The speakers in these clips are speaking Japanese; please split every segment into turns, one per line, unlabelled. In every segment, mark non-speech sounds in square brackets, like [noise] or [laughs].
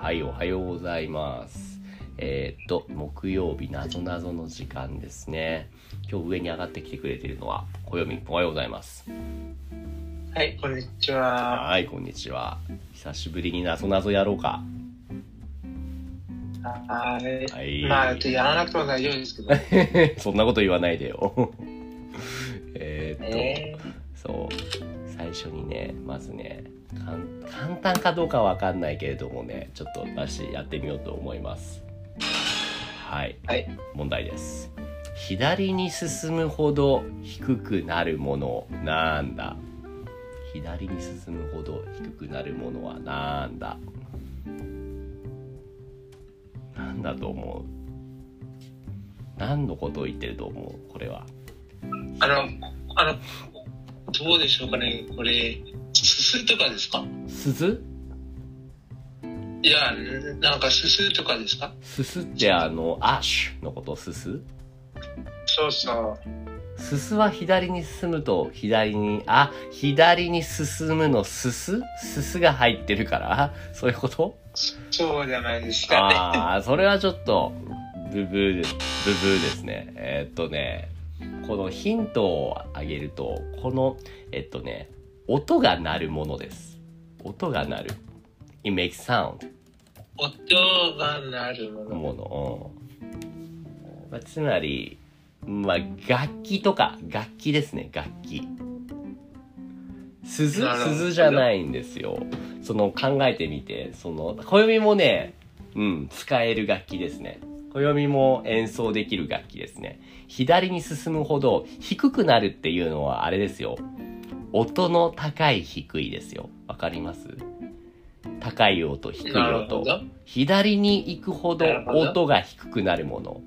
はい、おはようございます。えーっと、木曜日、なぞなぞの時間ですね。今日上に上がってきてくれているのは、こよみん、おはようございます。
はい、こんにちは。
はい、こんにちは。久しぶりになぞなぞやろうか。 [laughs]
はい。
はい。
まあ、ちょっとやらなくても大丈夫ですけど。
そんなこと言わないでよ。 [laughs] えーっと、
え
そう最初にねまずねかん簡単かどうかは分かんないけれどもねちょっと私やってみようと思いますはい、
はい
問題です左に進むほど低くなるものなんだ左に進むほど低くなるものはなんだなんだと思う何のことを言ってると思うこれは
ーあの、あの、どうでしょうかね、これ、すすとかですか
鈴
いや、なんかすすとかですか
すすってあの、アッシュのことすす
そうそう。
すすは左に進むと、左に、あ、左に進むのすすすすが入ってるからそういうこと
そうじゃないですかね。
ああ、それはちょっと、ブブーです。ブブーですね。えーっとね、このヒントをあげると、この、えっとね、音が鳴るものです。音が鳴る。It makes sound.
音が鳴るもの。
もの、うんまあ、つまり、まあ、楽器とか楽器ですね楽器鈴
なるほど
鈴じゃないんですよその考えてみてその暦もねうん使える楽器ですね暦も演奏できる楽器ですね左に進むほど低くなるっていうのはあれですよ音の高い低いですよわかります高い音低い
なるほ
音
ど。
左に行くほど
なるほど
音が低くなるもの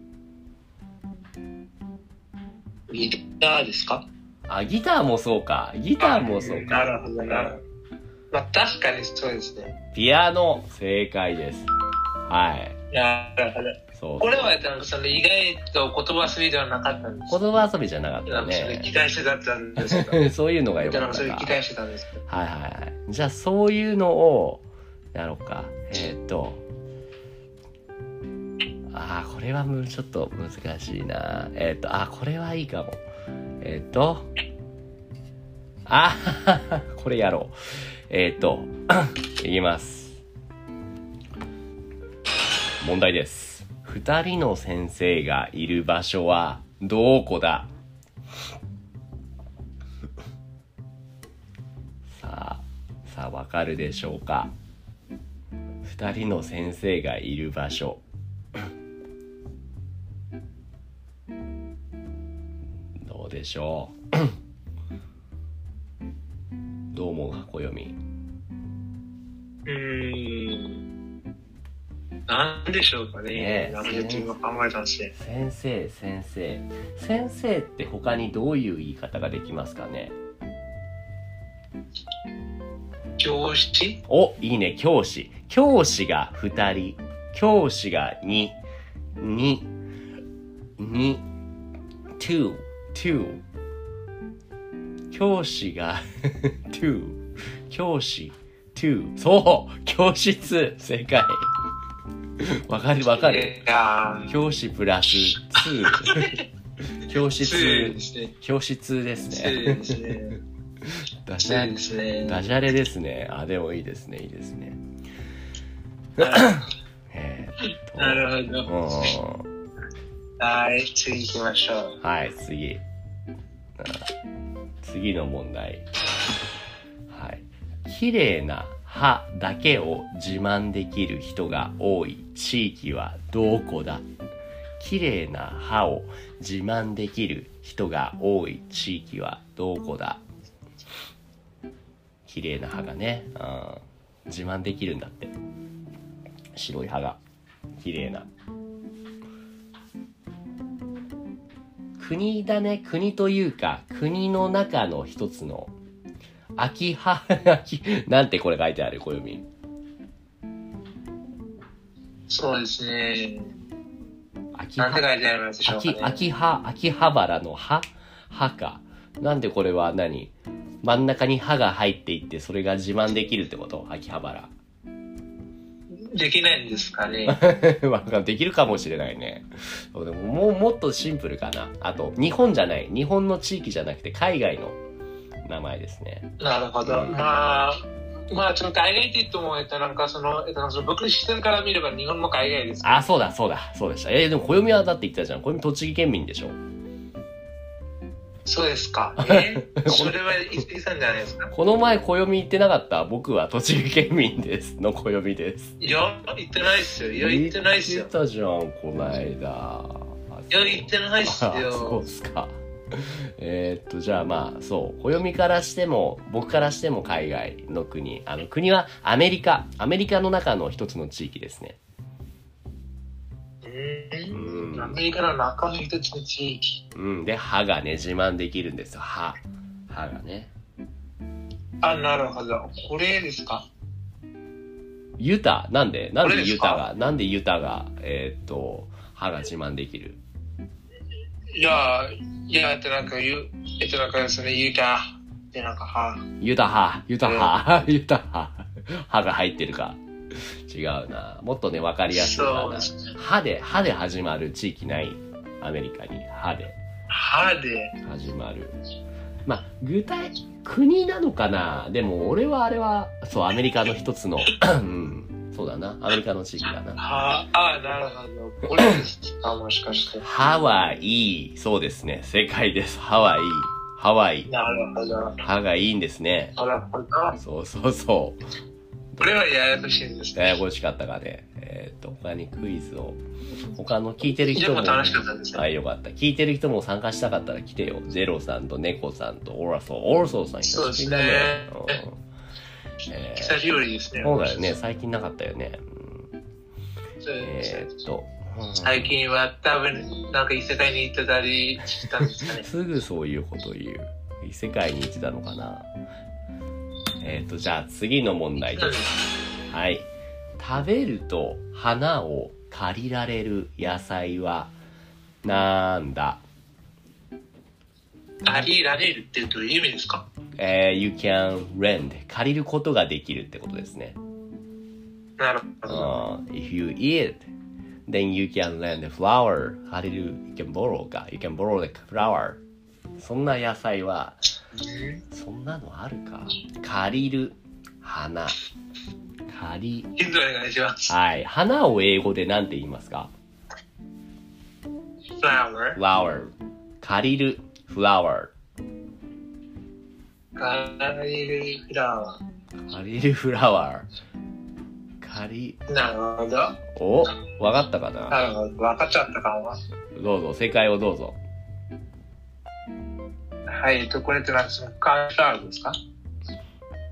ギターですか
あギターもそうかギターもそう
な
か
るほど、なるほど。まあ、確かにそうですね。
ピアノ正解ですはい
なるほど。
そう
これは、なんかその意外と言葉遊びではなかったんです
子。供遊びじゃなかっ
な
た
んかそれ期
ね
待してだったんですけど。
そういうのが
み
よ
たい
か
な
っ
の
た
それ
か
期待してたんですけど。
はいはいはいじゃあそういうのをやろうかえーっとあーこれはむちょっと難しいなえーっとあーこれはいいかもえーっとあーこれやろうえーっと [coughs] いきます問題です2人の先生がいる場所はどこださあさあわかるでしょうか2人の先生がいる場所どうでしょうどう思うか暦
うーん。なんでしょうか
ね
ね。
え
なんで自分が考えたんですね。
先生先生先生って他にどういう言い方ができますかね
教室
おいいね教師教師が2人教師が2222教師が [laughs] 2教師2そう教室正解わかるわかる
いやー。
教師プラス2教
失礼
室
ですね。
教室です
失礼
ね
ですね。
ダジ
失
ャレ
礼ですね。
ダジャレですねあでもいいですねいいですね [coughs] えーっと
なるほど。
うん
はい、次行きましょう。
はい、次。うん次の問題。はい。綺麗な歯だけを自慢できる人が多い地域はどこだ綺麗な歯を自慢できる人が多い地域はどこだ綺麗な歯がね、うん、自慢できるんだって。白い歯が綺麗な。国だね国というか国の中の一つの秋葉秋なんてこれ書いてある暦
そうですね。
秋
なんて
葉
書いてありますでしょう
秋
かね。
秋葉秋葉原の葉葉かなんでこれは何真 [laughs] ん中に葉が入っていってそれが自慢できるってこと秋葉原
できないんですかね。
まあできるかもしれないね。そうでももうもっとシンプルかな。あと、日本じゃない。日本の地域じゃなくて、海外の名前ですね。
なるほど。まあ、まあ、ちょっと海外って言っても、えっと、なんかその、えっと、その僕視点から見れば日本も海外です。
あ、そうだ、そうだ、そうでした。えでも、暦はだって言ってたじゃん。暦栃木県民でしょ。
そうです [laughs] か。えそれは言ってたんじゃないですか。
この前、暦言ってなかった。僕は栃木県民です。の暦です。
いや、言ってないっすよ。いや、言ってないっすよ
言っ。てたじゃん、こないだ。
いや、言ってないっす
あそう
よ
っ。すか。 [laughs] えーっと、じゃあまあ、そう。暦からしても、僕からしても海外の国。あの、国はアメリカ。アメリカの中の一つの地域ですね。
う
うん
んアメリカの中の一つの地域。
うん。で、歯がね、自慢できるんですよ。歯。歯がね。
あ、なるほど。これですか。
ユタ、なんでなん
こ
で
れで
ユ
すか
タが、なんでユタが、えーっと、歯が自慢できる
いや、いや、えっと、なんか、ゆえっと、なんか、その、言うた。で、なんか、は。
ユタ歯、ユタ歯、ユタ歯。歯が入ってるか。違うな。もっとね、わかりやすいか
そう
な
です。
歯で、歯で始まる地域ない。アメリカに。歯で。
はで。
始まるまあ具体国なのかなでも俺はあれはそうアメリカの一つのうんそうだなアメリカの地域だな
は、あ、なるほど。これですか、もしかして。
ハワイそうですね正解ですハワイハワイ
なるほど。
歯がいいんですね
なるほど。
そうそうそう
これはややこしいんです
やや
ね。
こしかったかねえっ、と他にクイズを他の聞いてる
で
人
も
も
楽しかったですね。
はい、よかった。聞いてる人も参加したかったら来てよ。ジェロさんとネコさんとオラソー。オラソーさん久しぶりだね。
そうです
う
ね
んえー
久しぶりですね。
そうだよね、最近なかったよね。うん
そうですね
えーっと、うん。
最近は多分、なんか異世界に行ってたりしたんですか
[laughs]
ね
すぐそういうこと言う。異世界に行ってたのかな。えーっと、じゃあ次の問題です。はい。食べると花を借りられる野菜はなんだ
ありられるってどういう意味ですか
えー、you can rent. 借りることができるってことですね。
なるほど。
Uh, if you eat, then you can lend the flower. How did you, you can borrow か You can borrow the flower. そんな野菜は、そんなのあるか借りる。花。借り。
ヒントお願いします。
はい。花を英語で何て言いますか
flower
?flower。借りる。flower。
カリフラワ
借りる flower。借り。
ー。なるほど。
おわかったかな
なるほど。分かっちゃったかも。
どうぞ、正解をどうぞ。
はい、えっと、これってなんかそのカリフラワーですか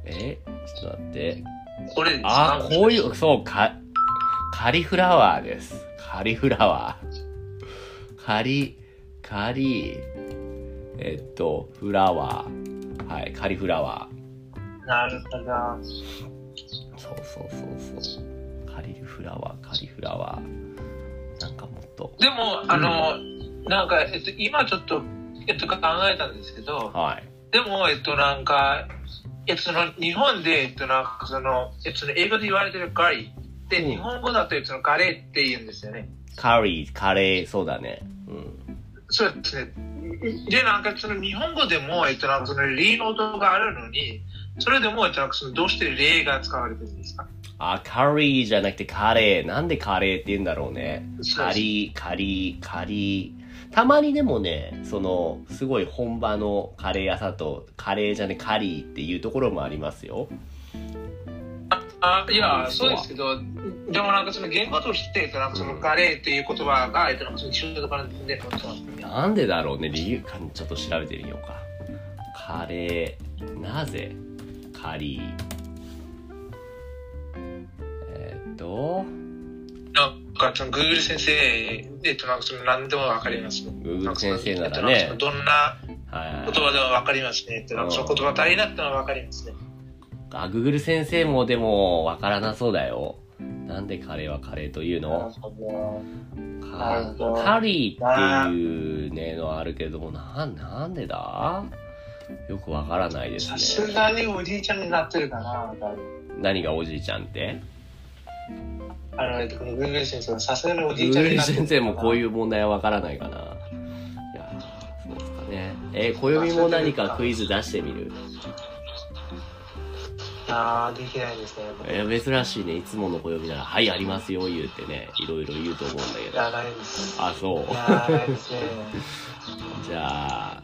えちょっと待って。
これですか
あー、こういう、そう、か、カリフラワーです。カリフラワー。カリ、カリ、えっと、フラワー。はい、カリフラワ
なるほど。
ー。そうそうそうそう。カリフラワー、カリフラワー。なんかもっと。
でも、あの、なんか、えっと、今ちょっと、えっと、考えたんですけど、
はい。
でも、えっと、なんか、えっと、その、日本で、えっと、なんか、その、えっと、その英語で言われてるガリで、
うん
日本語だと、えっと、そのガレーって言うんですよね。
カリー、カレー、そうだね。うん。
そうですね。で、なんか、その、日本語でも、えっと、なんか、その、リーの音があるのに、それでも、えっと、なんか、その、どうしてレーが使われてるんですか
あ、カリーじゃなくてカレー。なんでカレーって言うんだろうね。カ
リ
リカリカリたまにでもねそのすごい本場のカレー屋さんとカレーじゃねカリーっていうところもありますよ
あいや、そうですけど、でもなんかその言語として、えっとなんかそのガレーっていう言葉が、えっとなんかその中途から出てます
なんでだろうね理由かちょっと調べてみようかカレーなぜカリーえーっと
なんかそのグーグル先生、えっと、なんかその何でもわかります。
Google 先生なら
んか
ね
そのどんな
はい
言葉でもわかりますね。えっと、なんかその言葉足りなくてもわかりますね。
あグーグル先生もでもわからなそうだよなんでカレーはカレーというの
なる
カ
ほど
カリーっていうねのあるけれどもなんなんでだよくわからないで
さ
す
す
ね
がにおじいちゃんになってるかな、
何がおじいちゃんって
あの、グーグル先生はさすがにお
ブ
じいちゃん
ルー
になってる
先生もこういう問題はわからないかな。いやーそうですかね。えー、暦も何かクイズ出してみる
ああ、できないですね。
えー珍しいね。いつもの暦なら、はい、ありますよ、言うてね、いろいろ言うと思うんだけど。
やらないです。
あ、そう。
やらないです [laughs] ね。
じゃあ、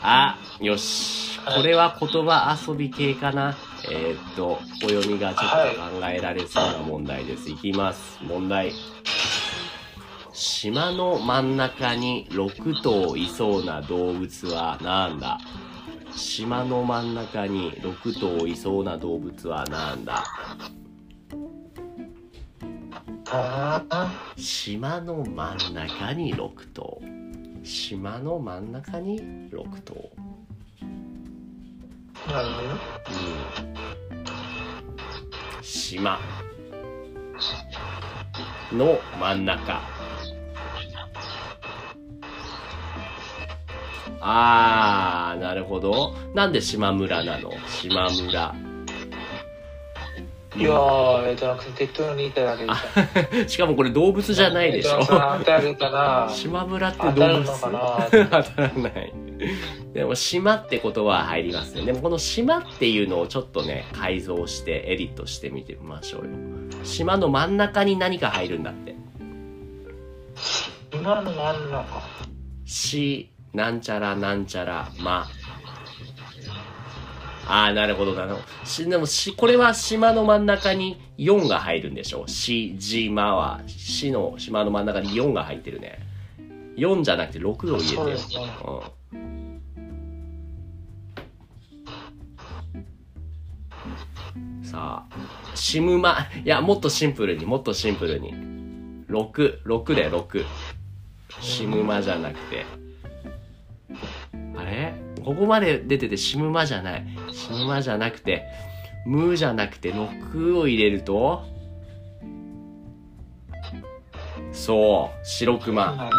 あ、よし。これは言葉遊び系かな。えーっと、暦がちょっと考えられそうな問題です。いきます。問題。島の真ん中に6頭いそうな動物はなんだ島の真ん中に6頭いそうな動物はなんだ
ああ、
島の真ん中に6頭島の真ん中に6頭
なるほ
うん島の真ん中あーなるほどなんで島村なの島村
ど。いやー、えっと、なんか適当に言っただけでした。
しかもこれ動物じゃないでし
[laughs] えっと
ょ
なんか当たるかな。
島村って
当
動
たる
物
のかな。
当たらないでも島って言葉は入りますねでもこの島っていうのをちょっとね改造してエディットしてみてみましょうよ島の真ん中に何か入るんだって
今の真ん中。
しなんちゃらなんちゃらまああなるほどなるほどしでもしこれは島の真ん中に4が入るんでしょし島はしの島の真ん中に4が入ってるね4じゃなくて6を入れてよ
そうですね
うんさあ、シムマ、いや、もっとシンプルに、もっとシンプルに。6、6で6。シムマじゃなくて。あれここまで出ててシムマじゃない。シムマじゃなくて、ムーじゃなくて6を入れるとそう、白熊。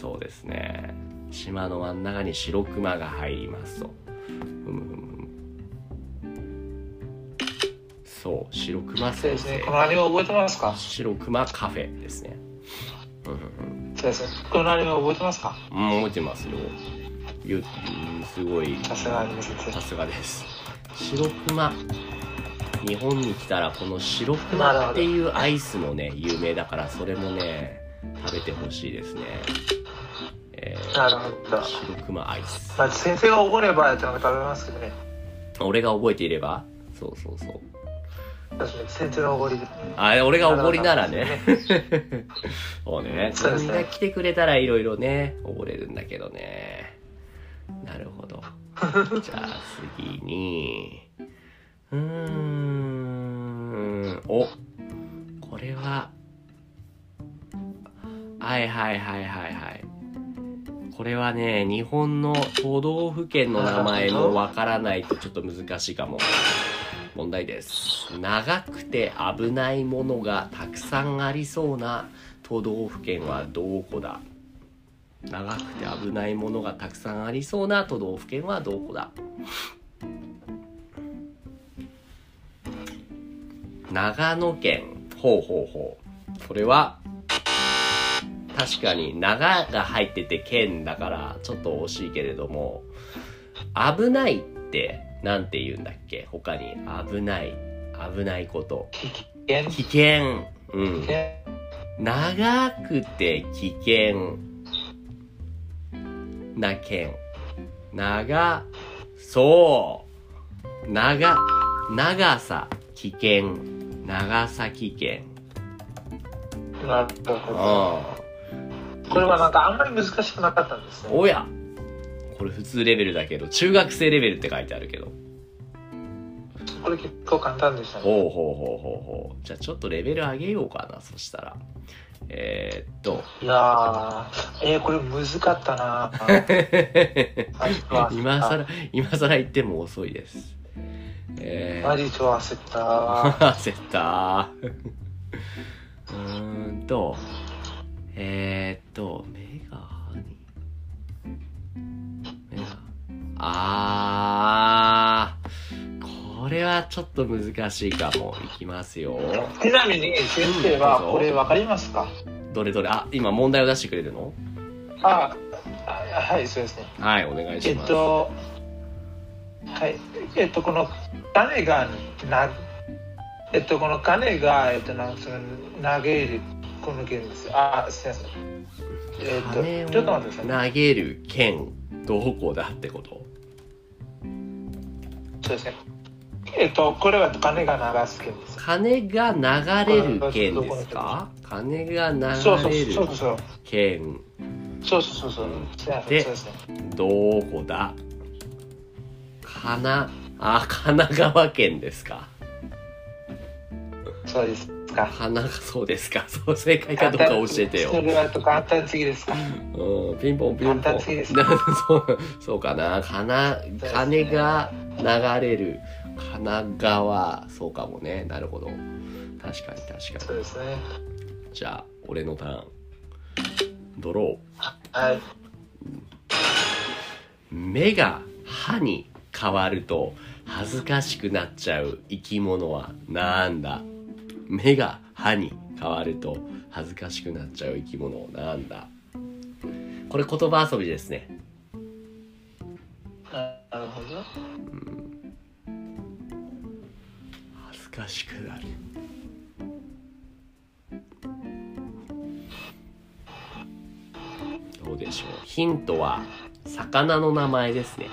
そうですね。島の真ん中に白熊が入りますと。ふむふむふむ。そう、白熊
そうで
先
すね。
生
こ。のアニメ覚えてますか
白熊カフェですね。うんうんうん
そうですね。このアニメ覚えてますか
うん、覚えてますよ。ゆうん、すごい。
さすがアニメ先
さ
生。
すがです。白熊。日本に来たらこの白熊っていうアイスもね、有名だから、それもね、食べてほしいですね。えー
なるほど。
白熊アイス
まあ、先生が覚えれば、えっと、なんか食べますけどね。
俺が覚えていればそうそうそう
確かに先生のおごりで。
あ俺がおごりならねそうね
そうで
み
すね
んな来てくれたらいろいろねおごれるんだけどねなるほど [laughs] じゃあ次にうーんおこれははいはいはいはいはいこれはね日本の都道府県の名前もわからないとちょっと難しいかも問題です長くて危ないものがたくさんありそうな都道府県はどこだ長くて危ないものがたくさんありそうな都道府県はどこだ長野県ほうほうほうこれは確かに長が入ってて県だからちょっと惜しいけれども危ないってなんて言うんだっけ他に危ない危ないこと
危険。
危険うん
危険。
長くて危険な剣長そう長長さ危険長崎県
なるほど。
うん
これはなんかあんまり難しくなかったんですね。
おやこれ普通レベルだけど中学生レベルって書いてあるけど
これ結構簡単でしたね。
ほうほうほうほうほうじゃあちょっとレベル上げようかなそしたらえーっと
いやー、えー、これ難かったな
今
さ
さら今さら言っても遅いですえ
マ
ー、
ジ超焦った。
[laughs] 焦ったーうーんとえー、っとメガハニメガあーこれははちょっと難しいかも。いきますよ。
ちなみに先生はこれわかりますか、
どれどれ、あ、今問題を出してくれるの
ああはいそうですね
はい、お願い
え
し
っ
ます。
とはいえっとこの種がなえっとこの種がえっとなんその投げるこの件ですあすいませんえっとちょっと待ってくださ
羽を
い
投げる剣、どこだってこと
そうですねえっとこれは種が流す件です
金が流れる剣ですか金が
そうそう
流れる
そうそう
剣、
そうそうそうそうすいませ
で
んそうですね
どこだかな、あ、神奈川県ですか
そうですか
神奈川、そうですか。そう、正解かどうか教えてよ
そ。れはと簡単すぎですか
うん、ピンポンピンポン。
簡単すぎです
そう [laughs] そうかな。かな、金が流れる。神奈川、そうかもね。なるほど。確かに確
そ
か
う
に。
ですね
じゃあ、俺のターン。ドロ
はい
ー。目が歯に変わると恥ずかしくなっちゃう生き物はなんだ目が歯に変わると恥ずかしくなっちゃう生き物なんだこれ言葉遊びですね。
なるほど
恥ずかしくなるどうでしょうヒントは魚の名前ですね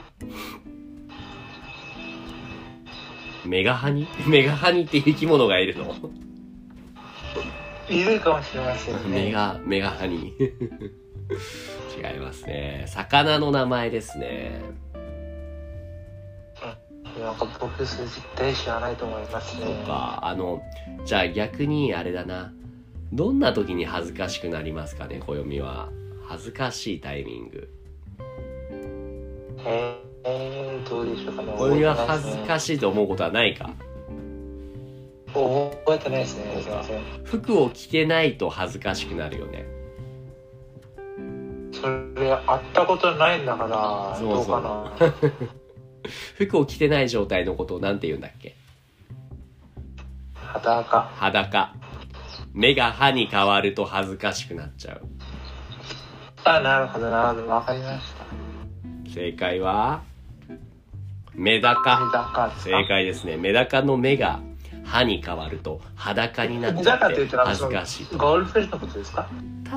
メガハニ [laughs] メガハニっていう生き物がいるの
いるかもしれませんね
メガメガハニ [laughs] 違いますね魚の名前ですね
なんか僕数字大知らないと思いますね。
そうかあのじゃあ逆にあれだなどんな時に恥ずかしくなりますかね暦は恥ずかしいタイミング
えー、どうでしょうかね。
暦は恥ずかしいと思うことはないか
覚えてないですね。すいません。
服を着てないと恥ずかしくなるよね
それ会ったことないんだから、
そう
どう
そう
かな。
服を着てない状態のことをなんて言うんだっけ
裸。
裸目が歯に変わると恥ずかしくなっちゃう
あ、なるほど、なるほど。わかりました。
正解はメダカ
裸ですか
正。解ですねメダカの目が歯に変わると裸になっちゃ
裸
っ
って言
て
ったら、
恥
そ
ず
の
かしい
ゴールフェルのことですか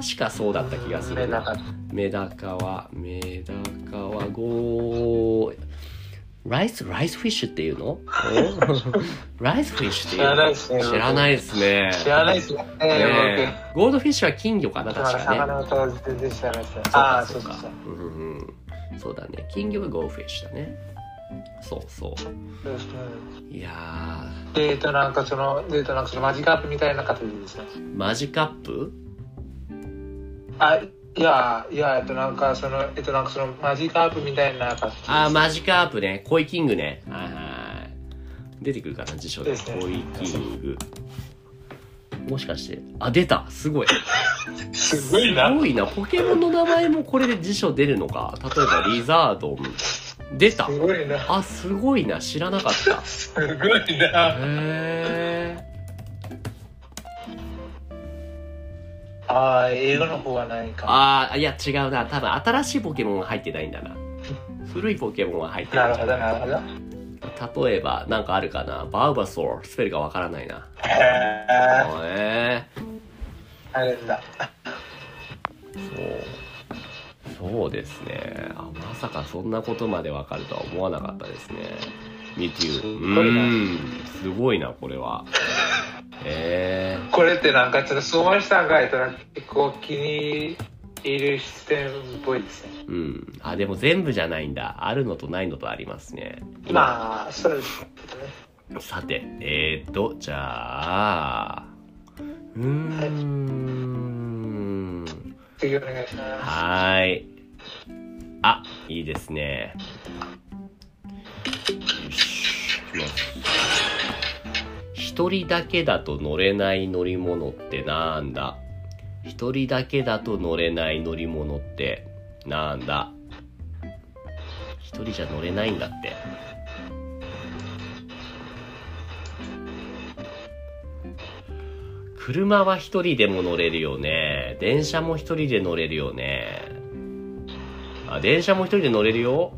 確かそうだった気がする
メ
な
ダカ。
メダカはメダカはゴーライスライスフィッシュっていう
[laughs]
のライスフィッシュっていうの
知らないっすね
知らないですね
知らないですね。
ねえゴールドフィッシュは金魚かな
僕。
確かね
魚のことは全然知らないですね。ああ、
そ
そう
か
う
そう
か
か
そう。
うんうんうんそうだね金魚がゴールドフィッシュだねそうそ
そうですね
ういや
デートなんかその、デートなんかそのマジカップみたいな形ですね。
ーマジカップ
あいやいやえっとなんかそのえっとなんかそのマジカープみたいな形
あーマジカープねコイキングねはいはい出てくるかな辞書で
ですね
コイキングもしかしてあ出たすごい
すごい
すごいな。ポケモンの名前もこれで辞書出るのか。例えば、リザードン。出た
す。ごいな
あ、すごいな。知らなかった。
すごいな
へ
あー英語の方はない
ー。
か
あー、いや、違うな。多分、新しいポケモンは入ってないんだな。古いポケモンは入って
なる
る
ほどなるほど
例えば、なんかあるかな。バウバソー。スペルがわからないな。
へえ
え
あれだ
ー。そう。そうですね。あ、まさかそんなことまでわかるとは思わなかったですね。ミキュー。う
すごいな
ーん。すごいな、これは。 [laughs] えー。
これってなんかちょっと相馬さんがえっとなんか結構気に入る視点っぽいですね
うん。あ、でも全部じゃないんだ。あるのとないのとありますね。
まあそうですね
さて、えーっと、じゃあ、うーん。
次お願いしま
はーい。あ、いいですね。よし。いきます一人だけだと乗れない乗り物ってなんだ一人だけだと乗れない乗り物ってなんだ一人じゃ乗れないんだって。車は一人でも乗れるよね。電車も一人で乗れるよね。あ、電車も一人で乗れるよ。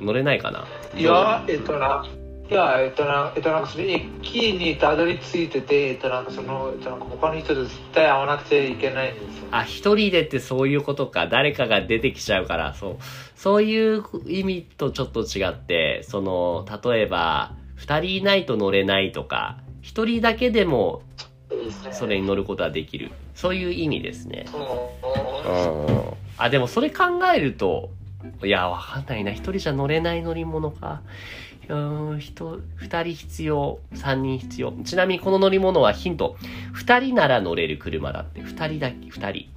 乗れないかな。
いや、えっとな、いや、えっとな、えっとなんかその駅にたどり着いてて、えっとなんかその、えっとなんか他の人と絶対会わなくちゃいけないんですよ。
あ、一人でってそういうことか。誰かが出てきちゃうから、そう。そういう意味とちょっと違って、その、例えば、二人いないと乗れないとか、一人だけでも
そうですね
それに乗ることはできる。そういう意味ですね。
そう
うん。あ、でもそれ考えると、いや、わかんないな。一人じゃ乗れない乗り物か。うーん、人、二人必要、三人必要。ちなみにこの乗り物はヒント。二人なら乗れる車だって。二人だけ、二人。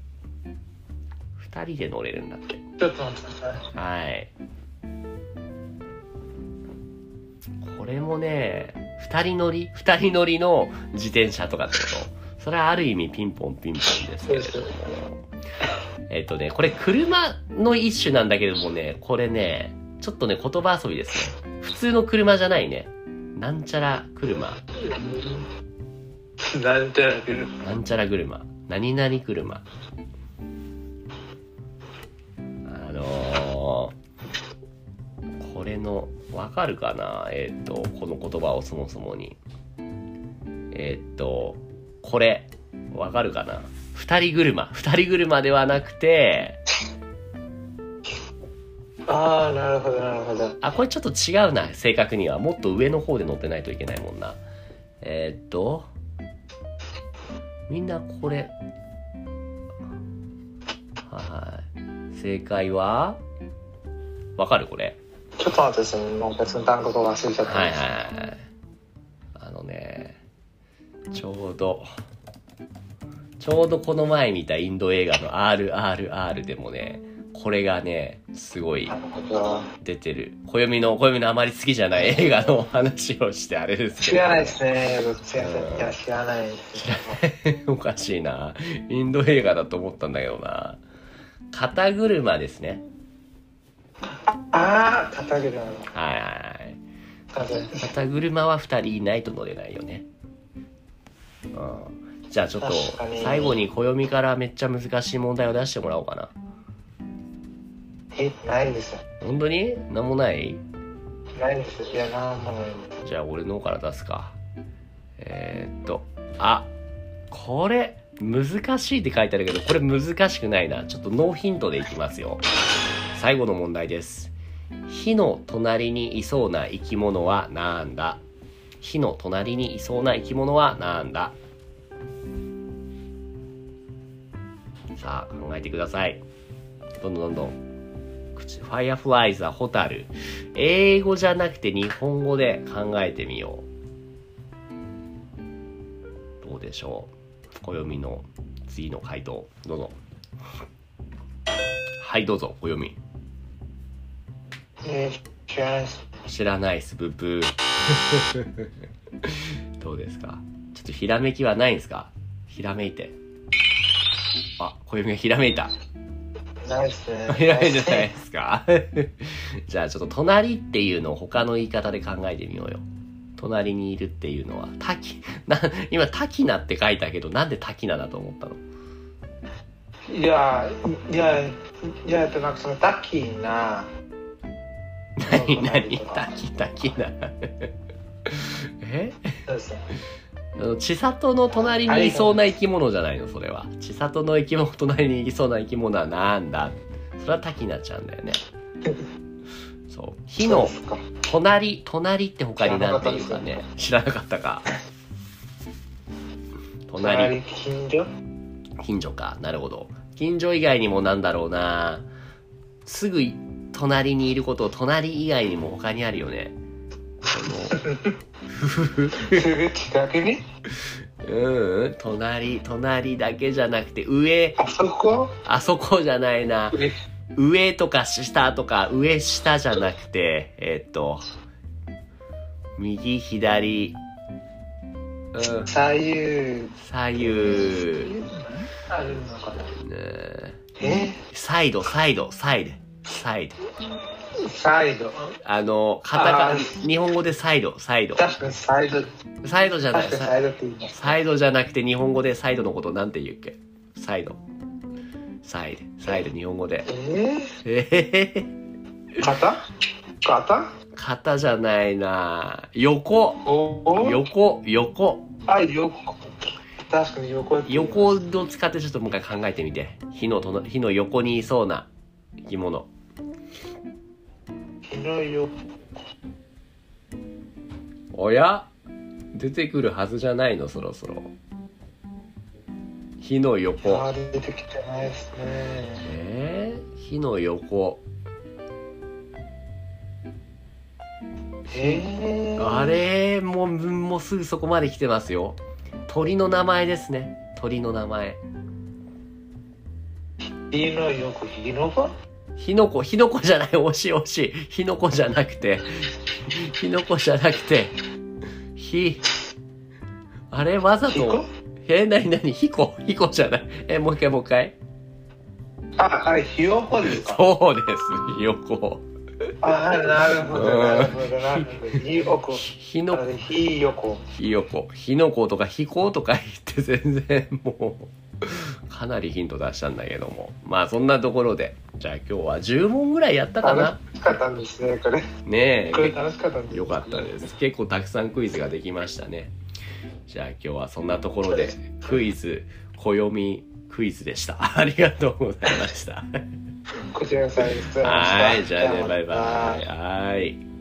二人で乗れるんだって。
ちょっと待ってください。
はい。これもね、二人乗り二人乗りの自転車とかってことそれはある意味ピンポンピンポンですけれども。えっとね、これ車の一種なんだけどもね、これね、ちょっとね、言葉遊びですね。普通の車じゃないね。なんちゃら車。
なんてなる
なんちゃら車。何々車。あのー、これの、わかるかなえーっ、と、この言葉をそもそもに。えーっ、と、これ、わかるかな二人車。二人車ではなくて、
ああ、なるほど、なるほど。
あ、これちょっと違うな、正確には。もっと上の方で乗ってないといけないもんな。えーっと、みんなこれ。はい。正解はわかるこれ。
ちょっと待ってください。もう別の単語が忘れちゃった。
はいはいはい。あのね、ちょうど、ちょうどこの前見たインド映画の RRR でもね、これがね、すごい
なるほど。
出てる暦の暦のあまり好きじゃない映画の話をしてあれですけ
知
ど
らないですね。すいません。いや、知らないです。
[laughs] おかしいなインド映画だと思ったんだけどな肩車ですね
ああ、片桐なの。
はいはいはい
片桐
肩車は2人いないと乗れないよねうんじゃあちょっと
確かに
最後に暦からめっちゃ難しい問題を出してもらおうかな
え、ないですよ。
本当に何もない
ないですよ。いや、なんもないです。
じゃあ俺の方から出すかえーっとあこれ難しいって書いてあるけどこれ難しくないなちょっとノーヒントでいきますよ最後の問題です火の隣にいそうな生き物はなんだ火の隣にいそうな生き物はなんださあ考えてくださいどんどんどんどん口ファイアフライザーホタル英語じゃなくて日本語で考えてみようどうでしょう暦の次の回答どうぞはいどうぞ暦
えー、知らな
知らな
いです。
いっすブブーどうですかちょっとひらめきはないんですかひらめいてあ暦がひらめいた
ないですね。
いらないじゃないですか。 [laughs] じゃあちょっと隣っていうのを他の言い方で考えてみようよ。隣にいるっていうのは、滝、 [laughs] な、今滝名って書いたけど、なんで滝名だと思ったの
いや、いや、いや、えっと、なんかそのタッキーな、
何何滝、滝名。 [laughs] え
そうですね。
あの千里の隣にいそうな生き物じゃないのそれは。千里の生き物、隣にいそうな生き物はなんだそれは滝名ちゃんだよね。そう。火の
そうですか
隣隣って他に何て言うかね知らなかったか隣
隣近所
近所かなるほど近所以外にもなんだろうなすぐ隣にいることを隣以外にも他にあるよねその [laughs]
すぐ近くに
うんうん隣隣だけじゃなくて上
あそこ
あそこじゃないな
上
上とか下とか上下じゃなくてえーっと右左うん
左右
左右、
あるのかな
ね、
え
サイドサイドサイドサイド
サイド。
あの、カタカ
あ
ナ、日本語でサイド、サイド。
確かにサイド。
サイドじゃない
確かにサ
サ
イドって言います。
サイドじゃなくて日本語でサイドのことなんて言うっけサイド。サイド、サイド、日本語で。 [laughs]
え
えへへへ。
ぇ、肩肩
肩じゃないな横。
おお
横、横。
あ、横。確かに横って言います。
横を使ってちょっともう一回考えてみて。火のとの、火の横にいそうな生き物。
火の横。
おや出てくるはずじゃないの、そろそろ。火の横。
あ出てきてないですね。
えー、火の横
えー、
あれもうもうすぐそこまで来てますよ鳥の名前ですね鳥の名前
火の横、火の場
火の粉火の粉じゃない惜しい惜しい火の粉じゃなくて火の粉じゃなくて火あれわざ
火の
とえなになに火子火子じゃないえもう一回もう一回
あ、あれ、火横ですか
そうです火横
あ、なるほど、なるほど、なるほど。火横。
火
な
の
ので火横。
火横火の粉とか火粉とか言って全然もうかなりヒント出したんだけどもまあそんなところでじゃあ今日は10問ぐらいやったかな
楽しかったんですね、これ。
ね
これ楽しかったんです
え
ね
よかったです結構たくさんクイズができましたねじゃあ今日はそんなところでクイズ暦クイズでした [laughs] ありがとうございました
こちらのサイズ。
はいじゃあねバイバイ
イ。
はい